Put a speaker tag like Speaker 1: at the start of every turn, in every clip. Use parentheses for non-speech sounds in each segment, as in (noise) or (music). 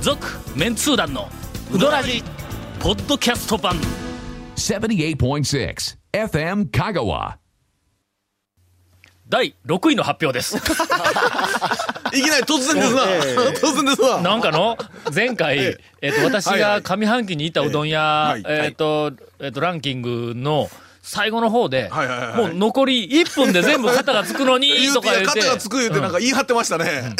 Speaker 1: 続メンツー団のウドラジポッドキャスト版
Speaker 2: 78.6 FM Kagawa.
Speaker 1: 第6位の発表です
Speaker 3: (laughs) いきなり突然ですな。突然ですな。
Speaker 1: なんかの前回、えっと私
Speaker 3: はいは
Speaker 1: が
Speaker 3: い
Speaker 1: 上半期にいたうどん屋
Speaker 3: ええはい
Speaker 1: えっとえっとランキングの最後の方で
Speaker 3: はいはいはいはい
Speaker 1: もう残り1分で全部肩がつくのに
Speaker 3: 言う
Speaker 1: と
Speaker 3: て
Speaker 1: か言って
Speaker 3: 肩がつく言うてなんか言い張ってましたね。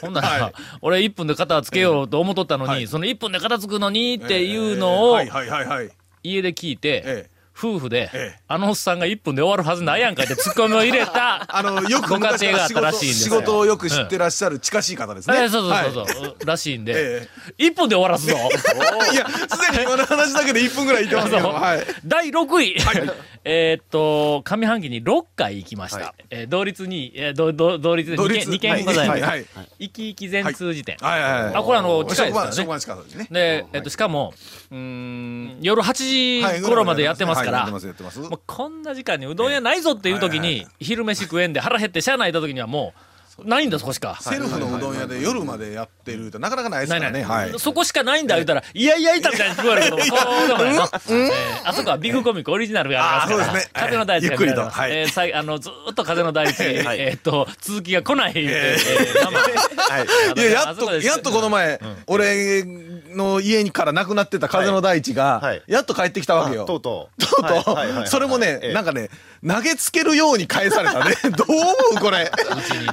Speaker 1: ほんなら、
Speaker 3: はい
Speaker 1: 俺1分で肩つけようと思っとったのに、
Speaker 3: はい
Speaker 1: その1分で肩つくのにっていうのを
Speaker 3: はいはいはいはい。
Speaker 1: 家で聞いて、
Speaker 3: ええ
Speaker 1: 夫婦で、
Speaker 3: ええ
Speaker 1: あのおっさんが1分で終わるはずないやんかってツッコミを入れ
Speaker 3: (laughs)
Speaker 1: た。
Speaker 3: あの、よく
Speaker 1: ご家
Speaker 3: 昔
Speaker 1: 庭があ
Speaker 3: か
Speaker 1: ったら
Speaker 3: ら
Speaker 1: しいん
Speaker 3: 仕
Speaker 1: です
Speaker 3: 事仕
Speaker 1: よ
Speaker 3: 事をよく知ってらっしゃる近しい方ですね。
Speaker 1: ええそうそうそうそう、らしいんで、
Speaker 3: え
Speaker 1: 1分で終わら
Speaker 3: (laughs)
Speaker 1: すぞ。
Speaker 3: はいいや、すでに今の話だけで1分ぐらい言ってます
Speaker 1: そ
Speaker 3: よ。
Speaker 1: う
Speaker 3: はい。
Speaker 1: 第6位、 (laughs) えーっと、上半期に6回行きました。えー同率に、えーどど同率で
Speaker 3: 同
Speaker 1: 2
Speaker 3: 率
Speaker 1: 件 ,2 件ございます。
Speaker 3: はい
Speaker 1: 生き生き全通辞典。
Speaker 3: はいはいはい。
Speaker 1: あ、これあの、近いですか
Speaker 3: 職場
Speaker 1: らね
Speaker 3: 職。場の近さですね。
Speaker 1: で、えっと、しかも、うーん、夜
Speaker 3: は
Speaker 1: 8
Speaker 3: い
Speaker 1: 時頃までやってますから、
Speaker 3: はいや
Speaker 1: も
Speaker 3: ってますやってます
Speaker 1: うこんな時間にうどん屋ないぞっていう時
Speaker 3: はいはい
Speaker 1: に、昼飯食えんで腹減って車内いた時にはもう、ないんだ、そこしか。
Speaker 3: セルフのうどん屋で夜までやってるってなかなかないです
Speaker 1: な
Speaker 3: か
Speaker 1: いな
Speaker 3: ら
Speaker 1: い、
Speaker 3: ね。はい。
Speaker 1: そこしかないんだ、言うたら、いやいやいたみたいに聞こえるけど、
Speaker 3: (laughs)
Speaker 1: そうでもないな。えーあそこはビッグコミックオリジナルがあります
Speaker 3: あ
Speaker 1: か
Speaker 3: ーそう
Speaker 1: ら
Speaker 3: ですね、
Speaker 1: 風の大地が見られます。
Speaker 3: ゆっくりとはい
Speaker 1: えーさいあの、ずーっと風の大
Speaker 3: (laughs)
Speaker 1: 地、えーっと、続きが来ない言うて、えー生
Speaker 3: いや、やっ、
Speaker 1: あそことです
Speaker 3: やっとこの前、俺の家からなくなってた風の大地
Speaker 4: は
Speaker 3: が、
Speaker 4: いはい
Speaker 3: やっと帰ってきたわけよ。
Speaker 4: あとうとう。
Speaker 3: とうとう
Speaker 4: はいはいはいはい
Speaker 3: それもね、
Speaker 4: ええ
Speaker 3: なんかね、投げつけるように返され
Speaker 4: (laughs)
Speaker 3: たね。どう思うこれ。い
Speaker 1: に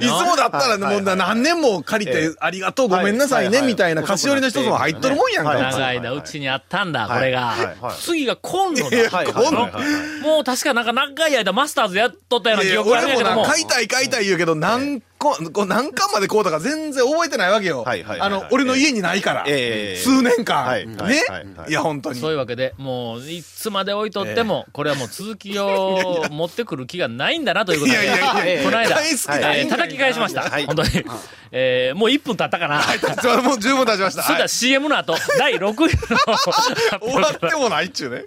Speaker 3: つ
Speaker 1: な
Speaker 3: もだったらね、
Speaker 4: はいはいはい
Speaker 3: もうな何年も借り
Speaker 4: え
Speaker 3: て
Speaker 4: え、
Speaker 3: ありがとう、ごめんなさい
Speaker 4: はいは
Speaker 3: ね、
Speaker 4: いはい
Speaker 3: みたいな、菓子折りの一つも入っとるもんやん
Speaker 4: はい
Speaker 3: か。
Speaker 4: はい
Speaker 1: 長い間、うちにあったんだ、これ
Speaker 4: はい
Speaker 1: が
Speaker 4: はいは。い
Speaker 1: 次が今度
Speaker 3: いや
Speaker 1: だ。
Speaker 4: はい
Speaker 3: 今度
Speaker 4: はいはいはい
Speaker 1: もう確かなんか長い間マスターズやっとったようない記
Speaker 3: や
Speaker 1: 憶があるん
Speaker 3: 俺
Speaker 1: や
Speaker 3: も
Speaker 1: けど
Speaker 3: な
Speaker 1: も、
Speaker 3: 買いたい買いたい言うけど何個こう何巻までこうだか全然覚えてないわけよ
Speaker 4: はいはい
Speaker 3: あ
Speaker 4: はいはい
Speaker 3: の俺の家にないから
Speaker 4: ええ
Speaker 3: 数年
Speaker 4: は
Speaker 3: 間
Speaker 4: い
Speaker 3: ね
Speaker 4: はいはいはい
Speaker 3: いや本当に
Speaker 1: そういうわけで、もういつまで置いとっても、これはもう続きを持ってくる気がないんだなということ
Speaker 3: いやいや
Speaker 4: い
Speaker 1: で、
Speaker 4: や
Speaker 1: この間、
Speaker 3: 返す気ない
Speaker 1: えー叩き返しました。
Speaker 4: はい
Speaker 1: 本当に。えーもう1分経ったかな。そ
Speaker 3: (laughs) それもう十分経ちました。
Speaker 1: れで
Speaker 3: は
Speaker 1: はい CM の後、第6位の
Speaker 3: 終わってもないっちゅうね。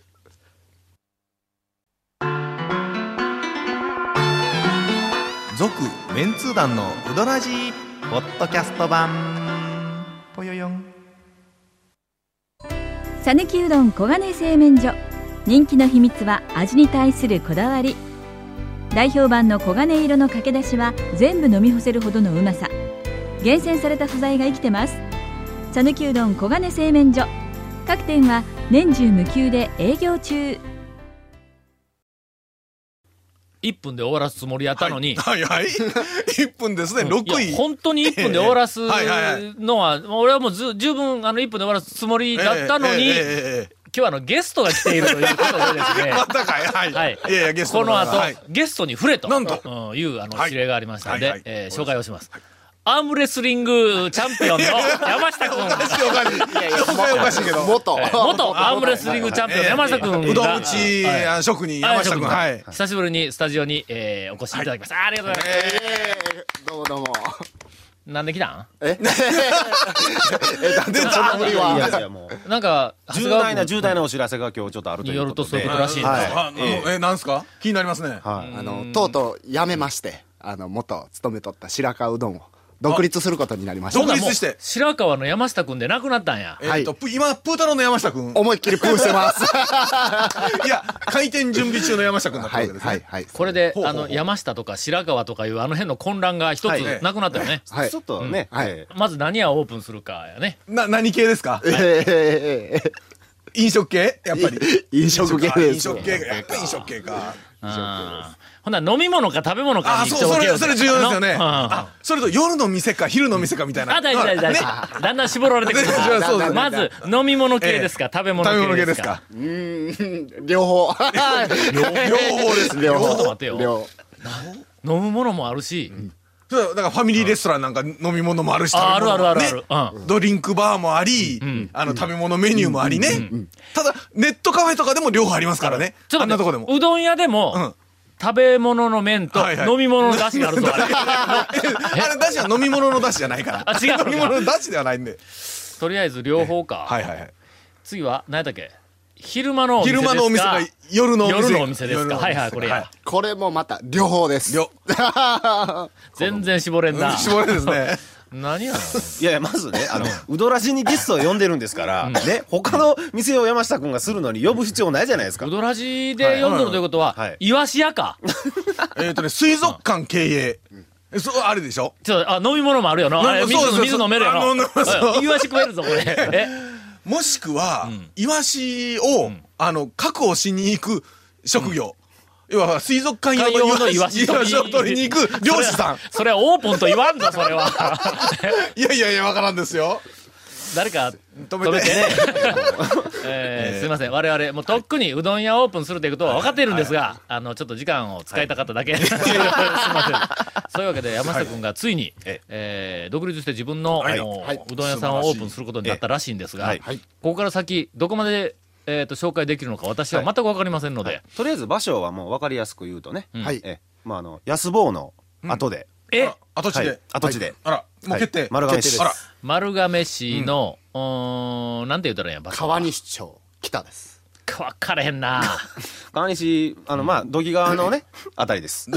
Speaker 3: 続メンツー団のうどらじ
Speaker 4: ポッドキャスト版。ぽよよん。
Speaker 5: さぬきうどん黄金製麺所人気の秘密は味に対するこだわり代表版の黄金色のかけだしは全部飲み干せるほどのうまさ厳選された素材が生きてますさぬきうどん黄金製麺所各店は年中無休で営業中
Speaker 1: 1分で終わらすつもりやったのに、
Speaker 3: はいはい。一分ですね、六
Speaker 1: い
Speaker 3: 位
Speaker 1: や。本当に1分で終わらすの
Speaker 3: はいはい
Speaker 1: は、もう俺はもうず十分あの1分で終わらすつもりだったのに、
Speaker 3: えええええ
Speaker 1: 今日はあのゲストが来ているということでです
Speaker 3: え
Speaker 1: ね
Speaker 3: (laughs) ま。たかい。はい。
Speaker 1: はい
Speaker 3: いやいや、ゲスト
Speaker 1: この
Speaker 3: 方
Speaker 1: 後、
Speaker 3: はい
Speaker 1: ゲストに触れと
Speaker 3: なんと
Speaker 1: うんいうあの
Speaker 3: はい
Speaker 1: 指令がありましたので、
Speaker 3: はいはい
Speaker 1: えー紹介をします、アームレスリングチャンピ
Speaker 3: (laughs)
Speaker 1: オンの山下君
Speaker 3: おかしいおかしい。紹介おかしいけど。
Speaker 4: 元。
Speaker 1: 元アームレスリングチャンピオンの山下君が、
Speaker 3: うどん打ち
Speaker 1: はい
Speaker 3: あ職人、山下君。
Speaker 1: は
Speaker 3: はいい。
Speaker 1: 久しぶりにスタジオに、えーお越しいただきました、ありがとうございます、
Speaker 6: どうもどうも。
Speaker 1: なんで来た
Speaker 6: え、なんで
Speaker 4: ちょっと無理
Speaker 1: いや
Speaker 4: は。
Speaker 1: いやんなんか長
Speaker 4: 重
Speaker 1: 谷川
Speaker 4: 大な
Speaker 1: 君
Speaker 4: 重大なお知らせが今日ちょっとあると
Speaker 1: に
Speaker 4: い
Speaker 1: よ
Speaker 4: う
Speaker 1: る
Speaker 4: ことと
Speaker 1: そう
Speaker 4: で。
Speaker 1: いうことらしいんですよ、
Speaker 4: はい
Speaker 3: あのえ、なんすか気になりますね。
Speaker 4: はい。
Speaker 6: あの、とうとう辞めまして、あの、元勤めとった白川うどんを独立することになりまし
Speaker 3: どう
Speaker 6: た。
Speaker 3: 独立して
Speaker 1: 白川の山下君で亡くなったんや
Speaker 3: えっと、ぷ今、プータローの山下君。
Speaker 6: 思いっきりプーしてます。
Speaker 3: いや、回転準備中の山下君だったわ
Speaker 6: はい、
Speaker 3: けですね。
Speaker 6: はい、はい。
Speaker 1: これで
Speaker 3: ほうほう
Speaker 1: あ
Speaker 3: ほう
Speaker 1: の山下とか白川とかいうあの辺の混乱が一
Speaker 4: は
Speaker 1: つ
Speaker 4: い
Speaker 1: なくなったよね、
Speaker 6: はい
Speaker 4: ちょっとね。
Speaker 6: はい
Speaker 4: え
Speaker 1: まず何屋をオープンするかやね
Speaker 3: な、何系ですか
Speaker 6: えーえー
Speaker 3: 飲食系やっぱり。
Speaker 6: えー飲食系です。
Speaker 3: 飲食系か。やっぱり飲食系か。
Speaker 1: あーほんなら飲み物か食べ物か
Speaker 3: あ、
Speaker 1: に
Speaker 3: そ
Speaker 1: 一
Speaker 3: う、
Speaker 1: 応
Speaker 3: そ
Speaker 1: 気を
Speaker 3: れ、
Speaker 1: つけ
Speaker 3: そ
Speaker 1: て
Speaker 3: れ重要ですよね。
Speaker 1: のうんあ
Speaker 3: あ、それと夜の店か昼の店かみたいな。
Speaker 1: 大丈夫大丈夫大丈夫だんだん絞られてくる
Speaker 3: ね (laughs) そうそうそう
Speaker 1: まず飲み物系ですか食べ物
Speaker 3: 食べ物
Speaker 1: 系で
Speaker 3: 系ですす
Speaker 1: か
Speaker 3: か
Speaker 6: うーん、両方。
Speaker 3: 両方です。
Speaker 6: 両
Speaker 1: ちょっと
Speaker 6: 方
Speaker 1: 待てよ
Speaker 6: 両
Speaker 1: 飲むものもあるし
Speaker 3: そうだからファミリーレストランなんか飲み物もあるし、
Speaker 1: ああ
Speaker 3: 食べ
Speaker 1: るある
Speaker 3: 物も
Speaker 1: あるある
Speaker 3: ね
Speaker 1: うん
Speaker 3: ドリンクバーもあり、あの食べ物メニューもありね。ただ、ネットカフェとかでも両方ありますからね。
Speaker 1: ちょ
Speaker 3: あ
Speaker 1: っ
Speaker 3: んなと
Speaker 1: と
Speaker 3: こ
Speaker 1: 待
Speaker 3: で
Speaker 1: っ
Speaker 3: も
Speaker 1: て。うどん屋でも食べ物の麺と
Speaker 3: はいはい
Speaker 1: 飲み物の出汁があるぞ
Speaker 3: (laughs)
Speaker 1: あれ
Speaker 3: あれ、だしは飲み物のだしじゃないから。
Speaker 1: あ違うのか
Speaker 3: 飲み物のだしではないんで。
Speaker 1: とりあえず両方か
Speaker 3: はいはいはい。
Speaker 1: 次は何やったっけ昼間のお店ですか
Speaker 3: 昼間のお店か、夜のお店
Speaker 1: 夜のお店です
Speaker 3: 夜
Speaker 1: か
Speaker 3: のお
Speaker 1: は
Speaker 3: 店
Speaker 1: いはいこれや
Speaker 6: これもまた、両方です。
Speaker 3: 両、
Speaker 1: 全然絞れんな
Speaker 3: (laughs) 絞れですね。
Speaker 1: 何やねん
Speaker 7: いやいや、まずね、あの、うどらじにゲストを呼んでるんですから、ね、他の店を山下くんがするのに呼ぶ必要ないじゃないですか
Speaker 1: う。どらじで読んどるということは、
Speaker 7: はい
Speaker 1: イワシ屋か。
Speaker 3: えっとね、水族館経営。えそう、あれでしょ
Speaker 1: (laughs) ちょっと、あ、飲み物もあるよな。
Speaker 3: なんか
Speaker 1: あれ水
Speaker 3: そうそうそう
Speaker 1: 水飲めるよ
Speaker 3: あ飲んでます
Speaker 1: な。うんイワシ食えるぞ、これ。え
Speaker 3: もしくは、
Speaker 1: ん
Speaker 3: イワシを、あの、確保しに行く職業。要は、水族館用
Speaker 1: 海洋
Speaker 3: の
Speaker 1: の
Speaker 3: イ
Speaker 1: イ
Speaker 3: ワ
Speaker 1: ワ
Speaker 3: シ
Speaker 1: シ
Speaker 3: イワシを取りに行く (laughs) 漁師さん。
Speaker 1: それはオープンと言わんぞ、それは。
Speaker 3: いやいやいや、わからんですよ。
Speaker 1: 誰か
Speaker 3: 止
Speaker 1: 止
Speaker 3: め
Speaker 1: めて
Speaker 3: て
Speaker 1: (laughs) ね。えーすみません。我々、もうとっくにうどん屋オープンするということは分かっているんですが、あの、ちょっと時間を使いたかっただけ。 (laughs) すみません。そういうわけで、山下君がついに、
Speaker 7: え
Speaker 1: えー独立して自分の、
Speaker 7: は
Speaker 1: あ
Speaker 7: い
Speaker 1: の
Speaker 6: はいう
Speaker 1: どん屋さんをオープンすることになったらしいんですが、
Speaker 7: はい
Speaker 1: ここから先、どこまで、えー、と紹介できるのか私は全く分かりませんので、
Speaker 7: とりあえず場所はもう分かりやすく言うとね、
Speaker 1: ん
Speaker 6: はい
Speaker 7: え、まあ、あの、安坊の後で、
Speaker 1: え
Speaker 3: あ跡地
Speaker 7: はい
Speaker 3: で。
Speaker 7: 跡地で。
Speaker 3: あら、もう決
Speaker 7: はい
Speaker 3: 定。
Speaker 7: 丸亀市
Speaker 3: あら、
Speaker 1: 丸亀市の、うーん、なんて言ったらいいんや場所
Speaker 6: 川西町北です
Speaker 1: 分からへんな
Speaker 7: 川西、あの、まあ、土器川のね、あたりです。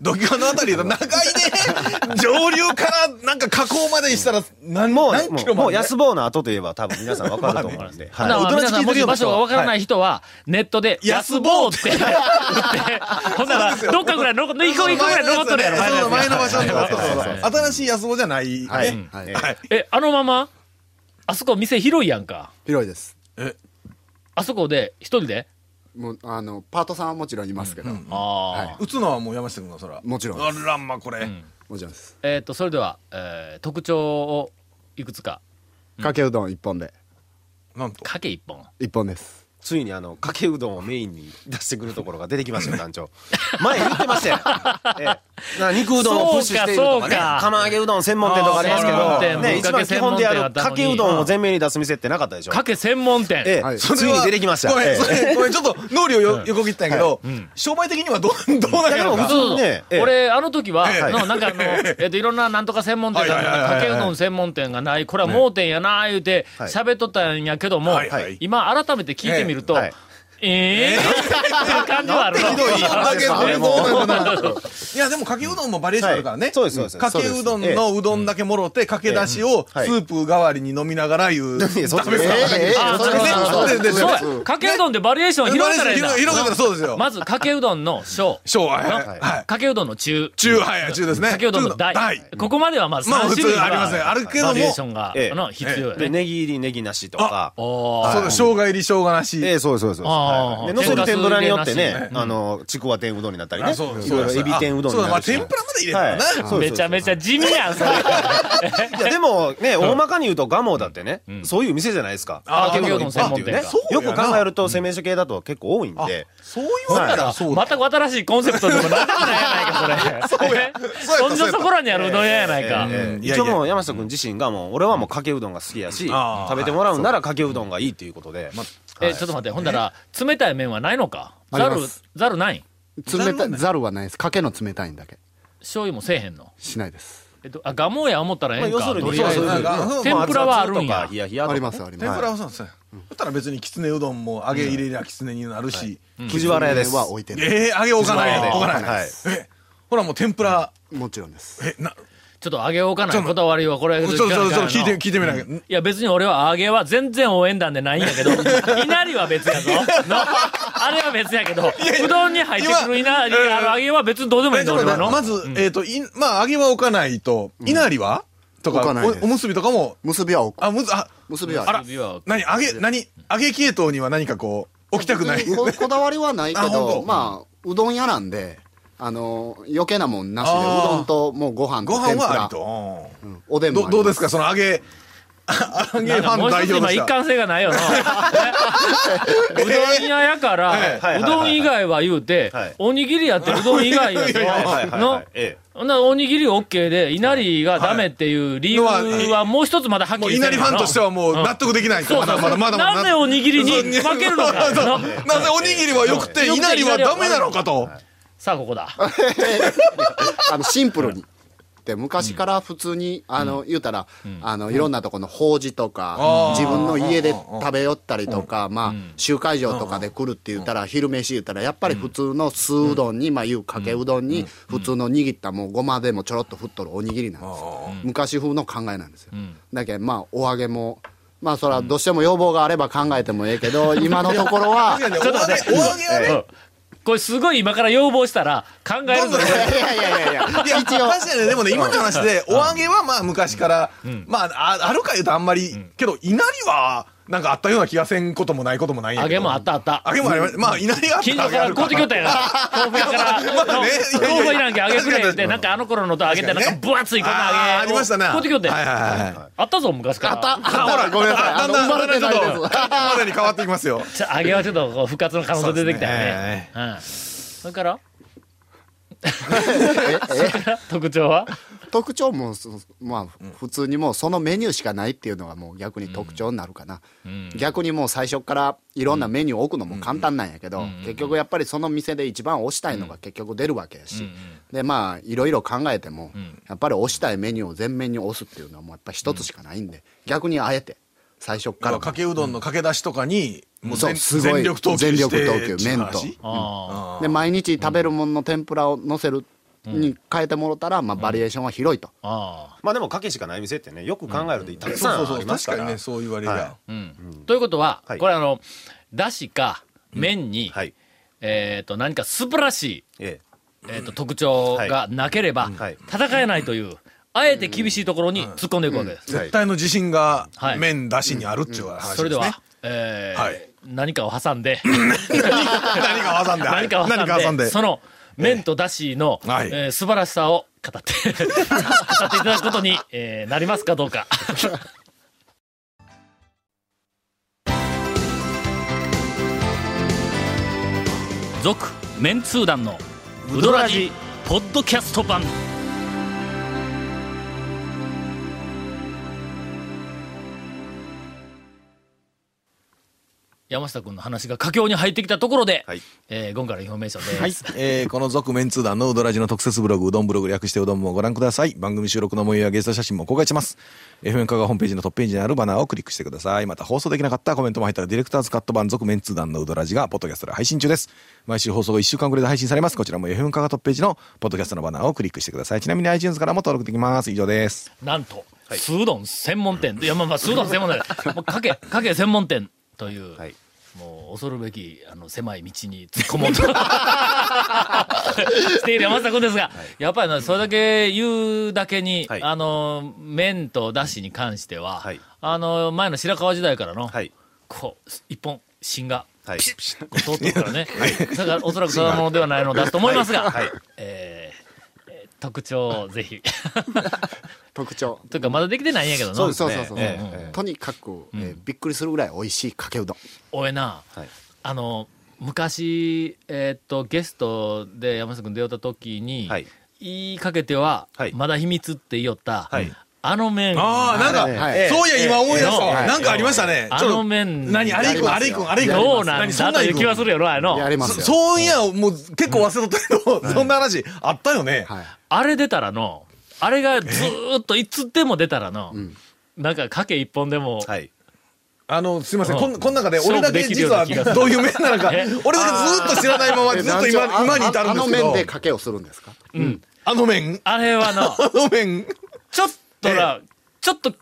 Speaker 3: 土器川のあたりだ。長いね。上流から、なんか河口までしたら、何、
Speaker 7: もう、
Speaker 3: 何
Speaker 7: も
Speaker 3: キ
Speaker 7: う
Speaker 3: ロ
Speaker 7: も
Speaker 3: ま
Speaker 7: う
Speaker 3: で。
Speaker 7: 安坊の後といえば多分皆さん分かると思うんで。
Speaker 1: ほな
Speaker 7: はい。
Speaker 1: 皆さんもし場所が分からないい人は、ネットで、
Speaker 3: 安
Speaker 1: 安
Speaker 3: 坊
Speaker 1: 坊
Speaker 3: っ
Speaker 1: ってて打って、ほんなら、どっかぐらい残っ、一個一個ぐらい残っとるやろ、
Speaker 3: そう前の場所
Speaker 1: はい
Speaker 3: とか
Speaker 1: はいはいはい
Speaker 3: 新しい安坊じゃない。ね
Speaker 6: はい、はい
Speaker 1: え、あのまま、あそこ店広いやんか。
Speaker 6: 広いです
Speaker 1: あそこで、一人で
Speaker 6: もうあのパートさんはもちろんいますけど、
Speaker 1: ああ。
Speaker 3: 打つのはもう山下君のそら。
Speaker 6: もちろん
Speaker 3: あら、まあこれ。
Speaker 6: もちろんです
Speaker 1: えっと、それでは、えー特徴をいくつか。
Speaker 6: かけうどん一本で
Speaker 3: なんと。
Speaker 1: かけ一本。
Speaker 6: 一本です
Speaker 7: ついにあの、かけうどんをメインに出してくるところが出てきましたよ、団長。前言ってま (laughs) したよ。ええな肉うどんをプッシュしているとか
Speaker 1: そうかそ
Speaker 7: ね、
Speaker 1: うか
Speaker 7: 釜揚げうどん専門店とかありますけ
Speaker 3: あー専
Speaker 1: 門店
Speaker 7: ど、ね、
Speaker 1: ぶっ
Speaker 7: 一
Speaker 1: かけ
Speaker 7: 番基本であ
Speaker 1: 専門
Speaker 7: る
Speaker 1: 店
Speaker 7: か
Speaker 1: あった
Speaker 7: け
Speaker 1: のに
Speaker 7: うどんを全面に出す店ってなかったでしょ。
Speaker 1: かけ専門店。
Speaker 7: ええ
Speaker 6: はい
Speaker 7: ついに出てきました。
Speaker 3: ごめん、
Speaker 7: ええ
Speaker 3: それご
Speaker 7: (laughs)
Speaker 3: めん、ちょっと脳裏をよ横切ったんやけど、商売的にはどう、 (laughs) どうなるの
Speaker 7: いやでも
Speaker 3: か。
Speaker 1: そうそうそう
Speaker 7: ねええ
Speaker 1: 俺、あの時は、
Speaker 3: ええ
Speaker 1: のなんかあ
Speaker 3: (laughs)
Speaker 1: の、えっ、と、いろんななんとか専門店がある
Speaker 3: はいはい
Speaker 1: の
Speaker 3: はいはい
Speaker 1: かけうどん専門店がない、これは盲点やな、言うて、
Speaker 7: はい
Speaker 1: 喋っとったんやけども、
Speaker 3: はいはい
Speaker 1: 今、改めて聞いてみると、
Speaker 7: ええはい
Speaker 1: ええー、っていう感じはある
Speaker 7: ひどい
Speaker 3: だけど
Speaker 7: あれも
Speaker 3: そうなんだ (laughs) いや、でもかけうどんもバリエーションあるからね。
Speaker 7: はいそうですそうです
Speaker 3: かけうどんのうどんだけもろて、かけだしをス
Speaker 7: はい
Speaker 3: ープ代わりに飲みながらいう。ダメです
Speaker 7: そ
Speaker 3: か
Speaker 7: っちです
Speaker 6: え
Speaker 1: (laughs) あ
Speaker 6: それは
Speaker 3: そうですね
Speaker 1: そう
Speaker 3: そう
Speaker 1: やかけうどんでバリエーション広げたらいいんだ
Speaker 3: 広広げたらそうですよ。
Speaker 1: まず、かけうどんの小、
Speaker 3: 昭和、はい
Speaker 1: の
Speaker 3: はい。
Speaker 1: かけうどんの中、
Speaker 3: 中、はい、中ですね。
Speaker 1: かけうどんの大。ここまではまず
Speaker 3: まあ
Speaker 1: 3
Speaker 3: 普
Speaker 1: 種類
Speaker 3: 通
Speaker 1: は
Speaker 3: ありません。あるけど
Speaker 1: バ
Speaker 3: も
Speaker 1: リエー、ションが、
Speaker 7: ええ
Speaker 1: の必要や
Speaker 7: で、
Speaker 1: ね。
Speaker 7: ネギ入り、ネギなしとか。
Speaker 1: おー
Speaker 3: そうです。生姜入り、生姜なし。
Speaker 7: ええ、そうですそうですそう
Speaker 1: あ
Speaker 7: です。
Speaker 1: ー
Speaker 7: はいで残る天ぷらによってね
Speaker 1: 天、
Speaker 7: あの、ちくわ天うどんになったりね。
Speaker 3: あそうです
Speaker 7: いろいろエビ天うどん
Speaker 3: あそ
Speaker 7: にな
Speaker 3: うだまあ
Speaker 7: るし。
Speaker 3: 天ぷらまで入れたらな。
Speaker 7: はいそうです
Speaker 1: めちゃめちゃ地味やん、それ。
Speaker 7: いや、でもね、大まかに言うと、ガモだってね、そういう店じゃないですか。
Speaker 1: あー
Speaker 7: かけうどん専門
Speaker 1: かけうどん専門店
Speaker 7: 店ね
Speaker 1: か
Speaker 3: そう。や
Speaker 7: よ
Speaker 3: な
Speaker 7: く考えると、製麺所系だと結構多いんで。
Speaker 3: そう言われたら、そうだ。
Speaker 1: 全く新しいコンセプトでもなんでもないやないか、それ。そうや。
Speaker 3: そうやった
Speaker 1: そんじょそこらにあるうどん屋やないか。
Speaker 7: え
Speaker 3: うん
Speaker 7: え一応もう山下君自身がもう俺はもうかけうどんが好きやし
Speaker 3: あー
Speaker 7: 食べてもらうならかけうどんがいいっていうことで
Speaker 1: え、ちょっと待って、ほんだら、冷たい麺はないのか
Speaker 6: あり
Speaker 1: ざ
Speaker 6: ま
Speaker 1: る
Speaker 6: す、
Speaker 1: ざるないん
Speaker 6: 冷たいざるはないですかけの冷たいんだけ
Speaker 1: 醤油もせえへんの。
Speaker 6: しないです
Speaker 1: えっと、あ、ガモや思ったらえ
Speaker 7: まあ
Speaker 1: えんか。
Speaker 7: 要する
Speaker 1: とり
Speaker 7: にそ
Speaker 1: あ
Speaker 7: う
Speaker 1: え
Speaker 7: そ
Speaker 1: ず
Speaker 7: う
Speaker 3: なんか
Speaker 7: そう
Speaker 1: 天ぷらはあるんや
Speaker 7: 熱々とか冷や冷やと
Speaker 6: あ
Speaker 7: か
Speaker 6: りますあり
Speaker 3: 天
Speaker 6: ま
Speaker 3: ぷ
Speaker 6: す
Speaker 3: らはそうですね。だったら別にきつねうどんも揚げ入れりゃきつねになるし。
Speaker 7: 藤原屋です
Speaker 6: は置いてない
Speaker 3: ええ、揚げ置かない。
Speaker 7: 藤原屋
Speaker 3: 置
Speaker 7: で
Speaker 3: かな
Speaker 7: はいい。
Speaker 3: え、ほらもう天ぷら、
Speaker 6: もちろんです
Speaker 3: え、な、
Speaker 1: ちょっと揚げようかないこだわりはこれ
Speaker 3: ちょっとちょっとちょっと聞いて、聞いてみない
Speaker 1: いや別に俺は揚げは全然応援団でないんやけど、いなりは別やぞ。のあれは別やけど、うどんに入ってくるいなり、
Speaker 3: 今
Speaker 1: あの揚げは別にどうでもいい
Speaker 3: え
Speaker 1: ん
Speaker 3: ち
Speaker 1: だ
Speaker 3: ょっと
Speaker 1: 俺は
Speaker 3: 待っ
Speaker 1: の
Speaker 3: て。まず、えっと、いまあ揚げは置かないと、いなりはと
Speaker 6: 置
Speaker 3: か
Speaker 6: かないです
Speaker 3: お、おむすびとかも、
Speaker 6: 結びは置く
Speaker 3: あ、むず、あ、
Speaker 6: 結びは
Speaker 3: あ
Speaker 6: 置
Speaker 3: ら
Speaker 1: 指は、
Speaker 3: 何、揚げ、何、揚げ系統には何かこう、置きたく
Speaker 6: く
Speaker 3: ない。
Speaker 6: ここだわりはないけ
Speaker 3: あほん
Speaker 6: ど
Speaker 3: と
Speaker 6: まあうどん屋なんであの余計なもんなしでう
Speaker 3: あー
Speaker 6: どんともうご飯
Speaker 3: ご
Speaker 6: と
Speaker 3: 飯
Speaker 6: 天ぷ
Speaker 3: はあ
Speaker 6: ら
Speaker 3: りと。うん
Speaker 6: おでんも
Speaker 3: どどうです
Speaker 6: か
Speaker 3: か、その揚げ、 (laughs) あ揚げ
Speaker 1: なん
Speaker 3: ファ
Speaker 1: か
Speaker 3: ン
Speaker 1: もう
Speaker 3: 代
Speaker 1: 一つ
Speaker 3: 表
Speaker 1: 今
Speaker 3: と
Speaker 1: 一
Speaker 3: したら。
Speaker 1: 貫性がないよな。うどん屋やか
Speaker 3: え
Speaker 1: ら、
Speaker 7: え
Speaker 1: うどん以外は言うて
Speaker 7: はい、
Speaker 1: おにぎりやってうどん以外やぞ
Speaker 3: (laughs) いやい
Speaker 7: はいはいはい
Speaker 1: の
Speaker 7: え
Speaker 1: ほんならおにぎり OK で、いなりがダメっていう理由はもう一つまだはっき
Speaker 3: もう
Speaker 1: り
Speaker 3: い
Speaker 1: せ
Speaker 3: な
Speaker 1: えへ
Speaker 3: り
Speaker 1: ん
Speaker 3: フ
Speaker 1: やろ
Speaker 3: ァンとしてはもう納得できない。
Speaker 1: そう
Speaker 3: まだまだまだまだ。
Speaker 1: なぜおにぎりに
Speaker 3: そう
Speaker 1: 負けるのか
Speaker 3: そう
Speaker 1: の
Speaker 3: なぜおにぎりは良くて、
Speaker 1: うん
Speaker 3: いなりはダメなのかと。
Speaker 1: さあここだ。
Speaker 6: あのシンプルにって昔から普通に、あの言うたら、あのいろんなとこの法事と
Speaker 3: あー
Speaker 6: か、自分の家で食べ寄ったりとか、まあ集会場とかで来るって言ったら昼飯言ったらやっぱり普通の酢うどんに、まあいうかけうどんに普通の握ったもうごまでもちょろっと振っとるおにぎりなんですよ。昔風の考えなんですよ。だけどまあお揚げも。まあそれはどうしても要望があれば考えてもええけど、今のところ (laughs) は、
Speaker 3: お揚げ、お揚げはね、
Speaker 1: うんこれすごい今から要望したら考える
Speaker 3: どん
Speaker 1: の
Speaker 3: どん
Speaker 1: に
Speaker 3: ね
Speaker 6: いやいやいやいや、
Speaker 3: いや、
Speaker 6: 一応
Speaker 3: 確かにねでもね、今の話で、お揚げはまあ昔から、まあ、ああるか言うとあんまり、けど、稲荷は、なんかあったような気がせんこともないこともないんや
Speaker 1: 揚
Speaker 3: けど
Speaker 1: げもあったあった
Speaker 3: 揚げもあります。まあ、稲荷はあった
Speaker 1: 近所から買うてきよったんやな豆腐屋から
Speaker 3: まあねいやいや
Speaker 1: 豆腐いらんけん揚げくれっ
Speaker 3: 確か
Speaker 1: て
Speaker 3: に
Speaker 1: なんかあの頃のと揚げてなん
Speaker 3: 確か
Speaker 1: か
Speaker 3: にね
Speaker 1: 分厚いこんな揚げ
Speaker 3: あーありましたね。
Speaker 1: 買うてきよったんや
Speaker 3: はいはいはいはい。
Speaker 1: あったぞ昔から
Speaker 6: あった、あ、ほら、ごめんなさい、
Speaker 3: だ
Speaker 6: あ
Speaker 3: ん
Speaker 6: の、
Speaker 3: だん、
Speaker 6: 生ま
Speaker 3: だん
Speaker 6: れ
Speaker 3: だ
Speaker 6: て
Speaker 3: んち
Speaker 6: ない
Speaker 3: ょ
Speaker 6: で
Speaker 3: っ
Speaker 6: す
Speaker 3: と、。までに変わってきますよ。
Speaker 1: (laughs) ちょ揚げはちょっとこう復活の可能性出てきたよ
Speaker 3: そうです
Speaker 1: ね
Speaker 3: ね
Speaker 1: うんそれから (laughs) それから特徴は
Speaker 6: 特徴もそまあ普通にもうそのメニューしかないっていうのがもう逆に特徴になるかな、逆にもう最初からいろんなメニューを置くのも簡単なんやけど、結局やっぱりその店で一番推したいのが結局出るわけやし、でまあいろいろ考えても、やっぱり推したいメニューを全面に推すっていうのはもうやっぱり一つしかないんで、逆にあえて最初から
Speaker 3: 要はかけうどんのかけ出しとかに、もう
Speaker 6: そ
Speaker 3: 全
Speaker 6: うすごい
Speaker 3: 全力投球して。
Speaker 6: 全力投球麺と
Speaker 3: 地の
Speaker 1: あ
Speaker 3: 端
Speaker 6: で毎日食べるものの天ぷらを乗せるに変えてもろたら、まあ、バリエーションは広いと、
Speaker 1: ーあ
Speaker 7: まあでも、かけしかない店ってね、よく考えるとたくさ
Speaker 3: そうんそうそ
Speaker 7: あり
Speaker 3: う。
Speaker 7: ます
Speaker 3: 確か
Speaker 7: か。
Speaker 3: らにね、そう言われりゃ。
Speaker 1: ーということは
Speaker 7: はい
Speaker 1: これあのだしか麺に
Speaker 7: はい。
Speaker 1: えっと何か素晴らしい
Speaker 7: え
Speaker 1: えー、と特徴がなければ、
Speaker 7: はい
Speaker 1: 戦えないという、あえて厳しいところに突っ込んでいくわけです。
Speaker 7: え。は
Speaker 3: 絶
Speaker 7: い。
Speaker 3: 対の自信が
Speaker 1: はい
Speaker 3: 麺出しにあるっていう話ですね。
Speaker 1: それでは、えー
Speaker 3: はい
Speaker 1: 何かを挟んで、
Speaker 3: 何かを挟んで。
Speaker 1: 何かを挟んで、
Speaker 3: 何か挟んで。
Speaker 1: その麺とだしの、え
Speaker 3: はい
Speaker 1: ー素晴らしさを語って (laughs) 語っていただくことに、えーなりますかどうか。続メンツー団のウドラジポッドキャスト版山下君の話が佳境に入ってきたところで、
Speaker 7: はい
Speaker 1: えー、ゴンから表明書です、
Speaker 3: はい、 (laughs) えーこの続メンツー団のうどラジの特設ブログ、うどんブログ略してうどんもご覧ください。番組収録の模様やゲスト写真も公開してます。FM 香川ホームページのトップページにあるバナーをクリックしてください。また放送できなかったコメントも入ったらディレクターズカット版続メンツー団のうどラジがポッドキャストで配信中です。毎週放送後1週間くらいで配信されます。こちらも FM 香川トップページのポッドキャストのバナーをクリックしてください。ちなみに iTunes からも登録できます。以上です。
Speaker 1: なんと、スードン専門店いやまあまあスードン専門店もうかけかけ専門店という、
Speaker 7: はい
Speaker 1: もう恐るべきあの狭い道に突っ込もう (laughs) としている山下君ですが、やっぱりなそれだけ言うだけに、
Speaker 7: はい
Speaker 1: あの麺とだしに関しては、
Speaker 7: はい
Speaker 1: あの前の白川時代からの、
Speaker 7: はい。
Speaker 1: こう一本芯が
Speaker 7: はい。
Speaker 1: こう通ってるから (laughs) ね、だからおそらくそのものではないのだと思いますが、
Speaker 7: はい。
Speaker 1: えーえー特徴をぜひ (laughs)
Speaker 6: 特徴
Speaker 1: というかまだできてないんやけどな
Speaker 6: そうそうそうそう、
Speaker 7: ええええ
Speaker 6: とにかく、えーびっくりするぐらい美味しいかけうどん
Speaker 1: おえな、
Speaker 7: はい
Speaker 1: あの昔、えーっとゲストで山下君出よった時に、
Speaker 7: はい
Speaker 1: 言いかけては、
Speaker 7: はい
Speaker 1: まだ秘密って言いよった、
Speaker 7: はい
Speaker 1: あの面
Speaker 3: ああ、なんか、
Speaker 6: はい
Speaker 7: ええ
Speaker 3: そういや、今思い出したわ、
Speaker 1: ええ
Speaker 3: なんかありましたね。
Speaker 1: あ
Speaker 3: ちょっ
Speaker 1: の
Speaker 3: と
Speaker 1: 面
Speaker 3: 何、アレイ君、アレイ君、アレイ君。
Speaker 1: どうなん
Speaker 3: 何そ
Speaker 1: だと
Speaker 3: ない行
Speaker 1: う
Speaker 3: く
Speaker 1: 気はするやろあの
Speaker 6: やります
Speaker 3: そそ
Speaker 6: よ
Speaker 3: ういや、もう結構忘れとったけど、 (laughs) そんな話あったよね。
Speaker 6: はい
Speaker 1: あれ出たらのあれがずーっといつでも出たらの、なんか賭け一本でも、
Speaker 7: はい。
Speaker 3: あの、すいません、
Speaker 1: うん
Speaker 3: こん、こん中で、俺だ
Speaker 1: 勝負で
Speaker 3: け
Speaker 1: きるような
Speaker 3: 実は
Speaker 1: 気がする
Speaker 3: どういう面なのか
Speaker 1: (laughs) え、
Speaker 3: 俺だけずーっと知らないまま、
Speaker 6: え
Speaker 3: ずっと
Speaker 6: なんちゅう
Speaker 3: 今、今に至るん
Speaker 6: あ
Speaker 3: です
Speaker 6: の
Speaker 3: け
Speaker 6: 面で
Speaker 3: ど、
Speaker 6: かけをするんですか
Speaker 3: あの面
Speaker 1: あれは
Speaker 7: (laughs)
Speaker 1: の
Speaker 3: あの
Speaker 1: (laughs)
Speaker 3: 面
Speaker 1: ちょっとな、ちょっと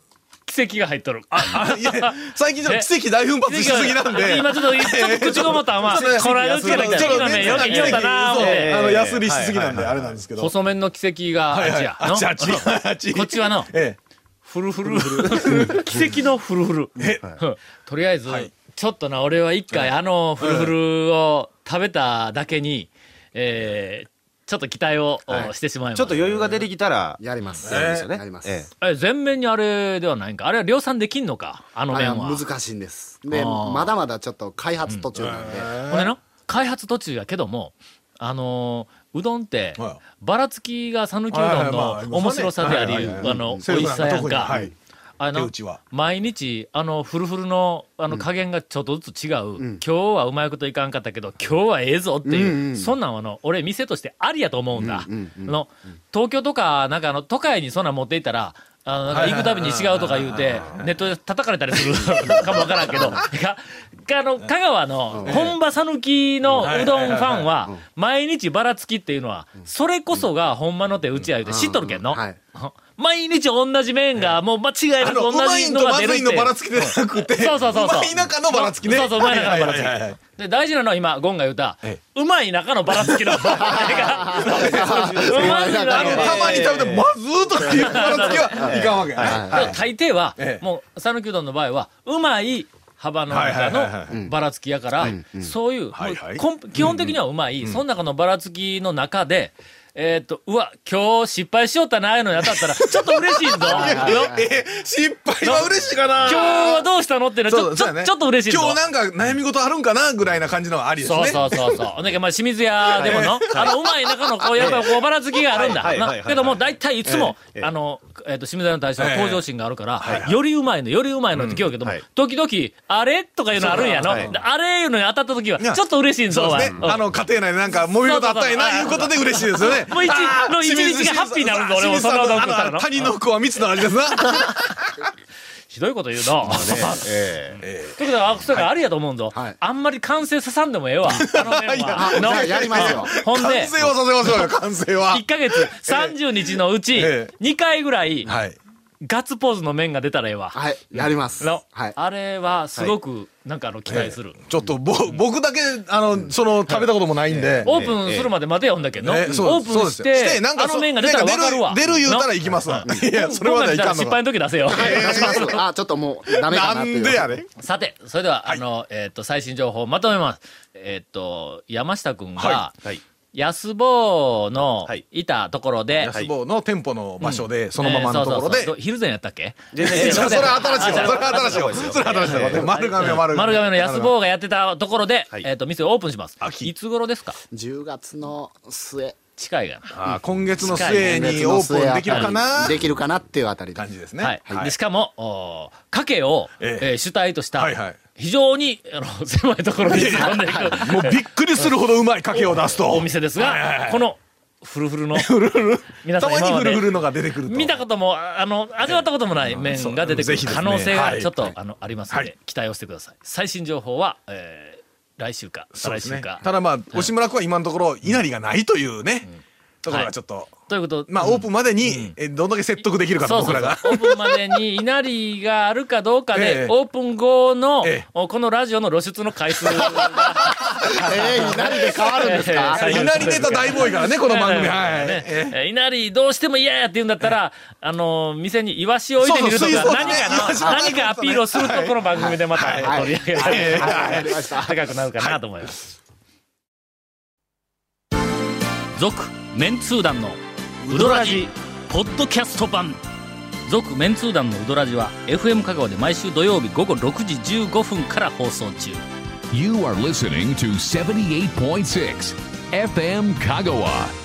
Speaker 1: 奇跡が入っとる。
Speaker 3: あ、いや、最近ちょっと奇跡大奮発しすぎなんで、
Speaker 1: 今ちょっと、ちょっと口ごもったんは、この間つけたみたい
Speaker 3: ちょっと
Speaker 1: な。
Speaker 3: ね、
Speaker 1: よく言ったな、思
Speaker 3: そう
Speaker 1: て。
Speaker 3: あの、安りしすぎなんで、あれなんですけど。
Speaker 1: 細麺の奇跡が
Speaker 3: は
Speaker 1: あっ
Speaker 3: い
Speaker 1: ち
Speaker 3: はい
Speaker 1: や。
Speaker 3: あっちあっちあっ (laughs) ち
Speaker 1: こっちはの、
Speaker 3: え
Speaker 1: フルフル。奇跡のフルフル。うんとりあえず、ちょっとな、俺は一回あのフルフルを食べただけに、えーちょっと期待を
Speaker 7: はい
Speaker 1: してしまいま
Speaker 7: ちょっと
Speaker 1: す。
Speaker 7: 余裕が出てきたら、
Speaker 6: やります、
Speaker 7: やるんですよね。
Speaker 6: やります、
Speaker 7: え
Speaker 1: え全面にあれではないんか。あれは量産できんのか、あの
Speaker 6: あれは
Speaker 1: 麺は。
Speaker 6: 難しいんですで
Speaker 1: あー
Speaker 6: まだまだちょっと開発途中なんで、
Speaker 1: ほんでな開発途中やけども、あのーうどんって、
Speaker 3: は
Speaker 1: ばらつきが讃岐うど
Speaker 3: はい
Speaker 1: ん
Speaker 3: はいまあありま
Speaker 1: の
Speaker 3: すね
Speaker 1: 面白さであり、
Speaker 3: はいはいはい
Speaker 1: あの、
Speaker 3: 西
Speaker 1: 美味
Speaker 3: 部なん
Speaker 1: し
Speaker 3: か
Speaker 1: さやん
Speaker 3: 特に
Speaker 1: か
Speaker 3: はい。
Speaker 1: あの
Speaker 3: 手打ちは
Speaker 1: 毎日あのフルフルのあの加減がちょっとずつ違う、今日はうまいこといかんかったけど今日はええぞっていう、
Speaker 6: うんうん
Speaker 1: そんなんはあの俺店としてありやと思うんだ、
Speaker 6: うんうんうん
Speaker 1: あの東京とかなんかあの都会にそんなん持っていったらあのなんか行くたびに違うとか言うてネットで叩かれたりするかもわからんけどかかあの香川の本場讃岐のうどんファンは毎日ばらつきっていうのはそれこそがほんまの手打ちや言うて知っとるけんの。
Speaker 6: はい
Speaker 1: 毎日同じ麺が、もう間違いなく
Speaker 3: の、う
Speaker 1: 同
Speaker 3: まい
Speaker 1: じ
Speaker 3: ん
Speaker 1: の
Speaker 3: と
Speaker 1: が
Speaker 3: ま
Speaker 1: 出る
Speaker 3: ず
Speaker 1: っ
Speaker 3: い
Speaker 1: て。
Speaker 3: のばらつきでなくて、
Speaker 1: そうそうそうそう。
Speaker 3: まい中のばらつきね。
Speaker 1: そうそう、うまい中のばらつき。
Speaker 3: はいはいはい
Speaker 1: で大事なのは今、ゴンが言うた
Speaker 3: え、
Speaker 1: うまい中のばらつきの。う (laughs) まい中の。
Speaker 3: あのたまに食べて、まずーとかいうばらつきはいかんわけ。はい
Speaker 1: でも大抵は
Speaker 3: え、え
Speaker 1: もう、讃岐うどんの場合は、うまい幅の
Speaker 3: はい
Speaker 1: 中
Speaker 3: はいはいは
Speaker 1: のばらつきやから、そういう、も
Speaker 3: はいはいう
Speaker 1: こん基本的にはうまい、その中のばらつきの中で、えーっと、うわ、今日失敗しよったな、いうのに当たったら、ちょっと嬉しいぞ。
Speaker 3: え失敗は嬉しいか
Speaker 1: 今
Speaker 3: な
Speaker 1: 日はどうしたのっていうのはちょち
Speaker 3: そう
Speaker 1: ょ
Speaker 3: だね
Speaker 1: ちょっと嬉しいぞ
Speaker 3: 今日なんか悩み事あるんかなぐらいな感じのはありです
Speaker 1: そう
Speaker 3: ね。
Speaker 1: そうそうそう。なんかまあ清水屋でもの、あのうまい中のこうやっぱりこうばらつきがあるんだ。
Speaker 7: はいはいはい
Speaker 1: な
Speaker 7: はい
Speaker 1: けども大体いつも
Speaker 7: ええ
Speaker 1: あのえっと清水屋の大将の向上心があるから
Speaker 3: え、え
Speaker 1: よりうまいのよりうまいのって今日けども
Speaker 7: はい、
Speaker 1: 時々あれとかいうのあるんやの。
Speaker 7: そうだはい
Speaker 1: であれいうのに当たった時はちょっと嬉しいんぞ。
Speaker 3: そう
Speaker 1: お
Speaker 3: で
Speaker 1: 前
Speaker 3: すね。あの、家庭内でなんか揉め事あったりな、いうことで嬉しいですよね。
Speaker 1: (laughs) もう一
Speaker 3: あー
Speaker 1: の一日が
Speaker 3: 清水さん
Speaker 1: ハッピーになるぞ俺も
Speaker 3: 清水さ
Speaker 1: そ
Speaker 3: ん
Speaker 1: んなこと
Speaker 3: の
Speaker 1: だったら
Speaker 3: あの他人の不幸は蜜の味ですな。
Speaker 1: ひどいこと言うの。
Speaker 7: ええ
Speaker 1: ということであそれがあるやと思うんぞ
Speaker 6: はい。
Speaker 1: あんまり完成ささんでもええわ。あのメンバー
Speaker 6: いや
Speaker 1: の
Speaker 6: いややりますよ
Speaker 1: (laughs) ほんで
Speaker 3: 完。成をさせましょうよ、完成は
Speaker 1: 1。ヶ月30日のうち
Speaker 3: ええ
Speaker 1: 2回ぐらい
Speaker 3: はい。
Speaker 1: ガッツポーズの面が出たらええわ。
Speaker 6: はいやります
Speaker 1: の、
Speaker 6: はい
Speaker 1: あれはすごくなんかあの期待する、
Speaker 3: ちょっと、ぼ、僕だけ、あの、その、食べたこともないんで。
Speaker 1: オープンするまで待てよんだけど、
Speaker 3: ねそう
Speaker 1: オープンして
Speaker 3: そうですよなんか
Speaker 1: あ
Speaker 3: そ
Speaker 1: の面が出たら分かるわ
Speaker 3: 出る出る言うたら
Speaker 1: い
Speaker 3: 行きますわ。いや、それまではいかんの
Speaker 1: 失敗
Speaker 3: か。
Speaker 1: の時出せよ、
Speaker 6: 出しますあちょっともうダメかな
Speaker 3: な
Speaker 6: って
Speaker 3: ん
Speaker 6: いう
Speaker 3: でやね
Speaker 1: (laughs) さてそれでは、あの、えっと最新情報をまとめますえっ、と山下君が、
Speaker 7: はいはい
Speaker 1: 安坊の
Speaker 7: はい
Speaker 1: いたところで、
Speaker 7: はい
Speaker 3: 相棒の店舗の場所で、そのままのとこ
Speaker 1: えー
Speaker 3: ろ
Speaker 1: そうそうそう
Speaker 3: で。
Speaker 1: ど昼前やったっけ
Speaker 7: 全然
Speaker 3: えそれそれ
Speaker 1: (laughs)
Speaker 3: 新しい
Speaker 1: あ
Speaker 3: わ。それ新しいわ。それ新しいわ。丸亀、丸亀。
Speaker 1: 丸亀の安坊がやってたところで、
Speaker 7: はい
Speaker 1: えっ、と、店をオープンします
Speaker 3: あ。き
Speaker 1: いつ頃ですか
Speaker 6: 10月の末
Speaker 1: 近いがな。
Speaker 3: あー今月の末にオープンできるかな
Speaker 6: できるかなっていうあたりで
Speaker 3: 感じですね。
Speaker 1: はい
Speaker 3: はい
Speaker 1: でしかも、おー家計を、
Speaker 3: え
Speaker 1: え
Speaker 3: え
Speaker 1: ー主体とした、
Speaker 3: はいはい
Speaker 1: 非常にあの (laughs) 狭いところに住んでいく
Speaker 3: (laughs) もうびっくりするほどうまいかけを出すと。
Speaker 1: お店ですが、
Speaker 3: はいはいはい
Speaker 1: このフルフ
Speaker 3: (laughs)
Speaker 1: ルの、皆
Speaker 3: た
Speaker 1: さん
Speaker 3: ま
Speaker 1: 今ま
Speaker 3: にフルフ
Speaker 1: で
Speaker 3: ルのが出てくると。
Speaker 1: 見たことも、あの、味わったこともない麺が出てく
Speaker 3: ぜ
Speaker 1: る
Speaker 3: ひですね
Speaker 1: 可能性
Speaker 3: は
Speaker 1: が
Speaker 3: い
Speaker 1: ちょっと、あのありますので、
Speaker 3: はい
Speaker 1: 期待をしてください。最新情報は、えー来週か、
Speaker 3: そ
Speaker 1: 再
Speaker 3: うで
Speaker 1: 来
Speaker 3: す
Speaker 1: 週
Speaker 3: ね
Speaker 1: か。。
Speaker 3: ただまあ、押村区は今のところ、稲荷がないというね、ところがちょっと、
Speaker 1: ということ
Speaker 3: まあ、オープンまでに、えどんだけ説得できるかと、
Speaker 1: そうそ
Speaker 3: 僕
Speaker 1: うそう
Speaker 3: らが。
Speaker 1: オープンまでに稲荷があるかどうか
Speaker 3: (laughs) ええ
Speaker 1: で、オープン後の、
Speaker 3: ええ
Speaker 1: おこのラジオの露出の回数が
Speaker 6: えー、何で変わるんですか
Speaker 1: えー
Speaker 3: 稲荷ネタ大ボーイからね、この番組。はい。
Speaker 1: ね
Speaker 3: え
Speaker 1: えいなりどうしても嫌やって言うんだったら、あの、店にイワシを置いてみるとか、
Speaker 3: そうそう水
Speaker 1: 何
Speaker 3: 槽ねイワシ
Speaker 1: か
Speaker 3: の
Speaker 1: の、何かアピールをすると、この番組でまた取り上げられる
Speaker 6: わかりました
Speaker 1: 高くなるかなと思います。続、メンツー団のウドラジ、ポッドキャスト版。続、メンツー団のウドラジは、FM 香川で毎週土曜日午後6時15分から放送中。
Speaker 2: You are listening to 78.6 FM Kagawa.